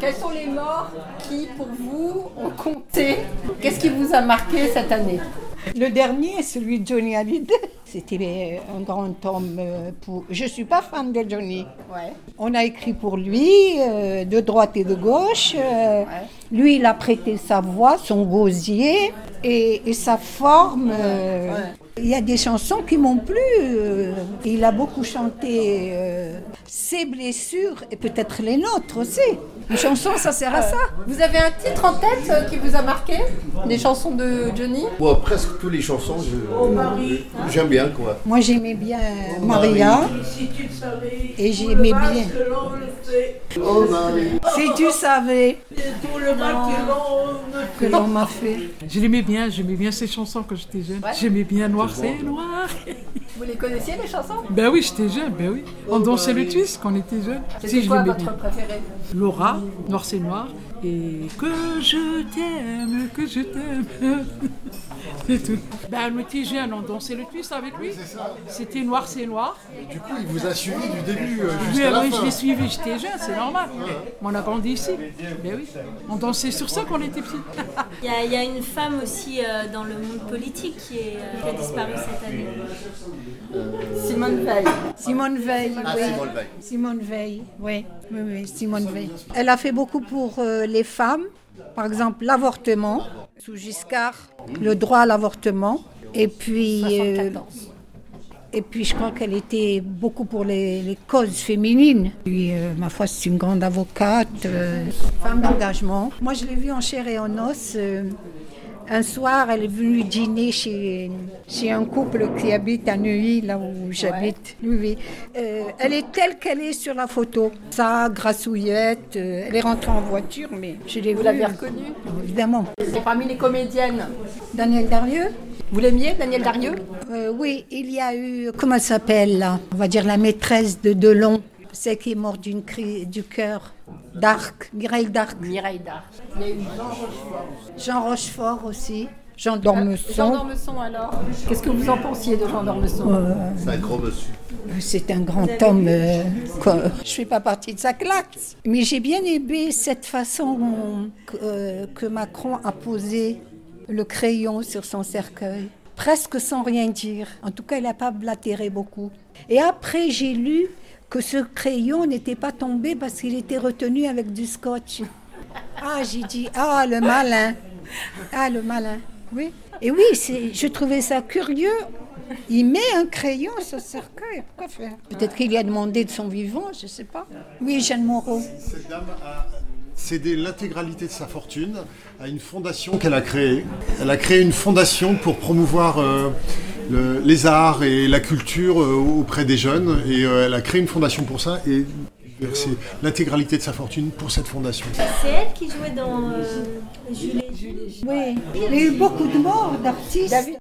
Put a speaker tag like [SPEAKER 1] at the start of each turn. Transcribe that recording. [SPEAKER 1] Quels sont les morts qui, pour vous, ont compté Qu'est-ce qui vous a marqué cette année
[SPEAKER 2] Le dernier, celui de Johnny Hallyday. C'était euh, un grand homme euh, pour. Je suis pas fan de Johnny.
[SPEAKER 1] Ouais.
[SPEAKER 2] On a écrit pour lui, euh, de droite et de gauche. euh, Lui, il a prêté sa voix, son gosier et, et sa forme. euh, Il y a des chansons qui m'ont plu. euh, il a beaucoup chanté euh, ses blessures et peut-être les nôtres aussi. Une chanson, ça sert à ça.
[SPEAKER 1] Vous avez un titre en tête euh, qui vous a marqué Des chansons de Johnny
[SPEAKER 3] Moi, presque toutes les chansons, je-
[SPEAKER 4] Oh,
[SPEAKER 3] j'aime bien quoi.
[SPEAKER 2] Moi, j'aimais bien Maria. Et j'aimais bien.
[SPEAKER 3] Oh Marie,
[SPEAKER 2] Si tu savais que
[SPEAKER 4] Je
[SPEAKER 2] l'on m'a fait.
[SPEAKER 4] l'aimais bien, j'aimais bien ces chansons quand j'étais jeune. J'aimais bien Noir, c'est noir.
[SPEAKER 1] Vous les connaissiez, les chansons
[SPEAKER 4] Ben oui, j'étais jeune, ben oui. On dansait le twist quand on était jeune.
[SPEAKER 1] Oh, bah C'était
[SPEAKER 4] je
[SPEAKER 1] quoi
[SPEAKER 4] l'aimais
[SPEAKER 1] votre
[SPEAKER 4] bien.
[SPEAKER 1] préféré
[SPEAKER 4] Laura, Noir, c'est noir. Et que je t'aime, que je t'aime. c'est tout. Ben, on était jeune, on dansait le twist avec lui. C'était Noir, c'est noir.
[SPEAKER 3] du coup, il vous a suivi du début euh,
[SPEAKER 4] Oui,
[SPEAKER 3] jusqu'à la
[SPEAKER 4] oui,
[SPEAKER 3] fin.
[SPEAKER 4] je l'ai suivi, j'étais jeune, c'est normal. Mais On a grandi ici. Ben oui, on dansait sur ça quand on était petits.
[SPEAKER 5] Il y, a- il y a une femme aussi euh, dans le monde politique qui, est, euh, qui a disparu cette année.
[SPEAKER 1] Simone Veil.
[SPEAKER 2] Simone Veil.
[SPEAKER 3] Ah,
[SPEAKER 2] oui.
[SPEAKER 3] Simone Veil.
[SPEAKER 2] Simone Veil, oui. oui, oui, Simone Veil. Elle a fait beaucoup pour euh, les femmes, par exemple l'avortement, sous Giscard, le droit à l'avortement. Et puis, euh,
[SPEAKER 1] 74.
[SPEAKER 2] et puis je crois qu'elle était beaucoup pour les, les causes féminines. Puis, euh, ma foi, c'est une grande avocate, euh, femme d'engagement. Moi, je l'ai vue en chair et en os. euh, un soir, elle est venue dîner chez, chez un couple qui habite à Neuilly, là où j'habite. Oui, oui. Euh, elle est telle qu'elle est sur la photo. Ça, grassouillette. euh, elle est rentrée en voiture, mais je l'ai
[SPEAKER 1] Vous
[SPEAKER 2] vue.
[SPEAKER 1] l'avez reconnue
[SPEAKER 2] Évidemment.
[SPEAKER 1] C'est parmi les comédiennes.
[SPEAKER 2] Daniel Darieux
[SPEAKER 1] Vous l'aimiez, Daniel Darieux
[SPEAKER 2] Euh, oui, il y a eu, comment elle s'appelle là On va dire la maîtresse de Delon, celle qui est morte d'une crise du cœur. Dark, Mireille Dark,
[SPEAKER 1] Mireille Darc. Il y a eu Jean Rochefort.
[SPEAKER 2] Jean Rochefort aussi, Jean
[SPEAKER 1] Jean
[SPEAKER 2] Dormeson.
[SPEAKER 1] Dormeson, alors Qu'est-ce que vous en pensiez de Jean Dormeson
[SPEAKER 3] C'est un gros monsieur.
[SPEAKER 2] C'est un grand homme. euh, quoi. je ne fais pas partie de sa classe. Mais j'ai bien aimé cette façon que, euh, que Macron a posé le crayon sur son cercueil, presque sans rien dire. En tout cas, il n'a pas blatéré beaucoup. Et après, j'ai lu que ce crayon n'était pas tombé parce qu'il était retenu avec du scotch. Ah, j'ai dit, ah, le malin. Ah, le malin. Oui. Et oui, c'est, je trouvais ça curieux. Il met un crayon sur ce cercueil. Pourquoi faire Peut-être qu'il lui a demandé de son vivant, je ne sais pas. Oui, Jeanne Moreau.
[SPEAKER 3] Cette dame a cédé l'intégralité de sa fortune à une fondation qu'elle a créée. Elle a créé une fondation pour promouvoir euh, le- les arts et la culture euh, auprès des jeunes. Et euh, elle a créé une fondation pour ça et versé l'intégralité de sa fortune pour cette fondation.
[SPEAKER 5] C'est elle qui jouait dans euh, Jules et Jules.
[SPEAKER 2] Oui. Il y a eu beaucoup de morts d'artistes.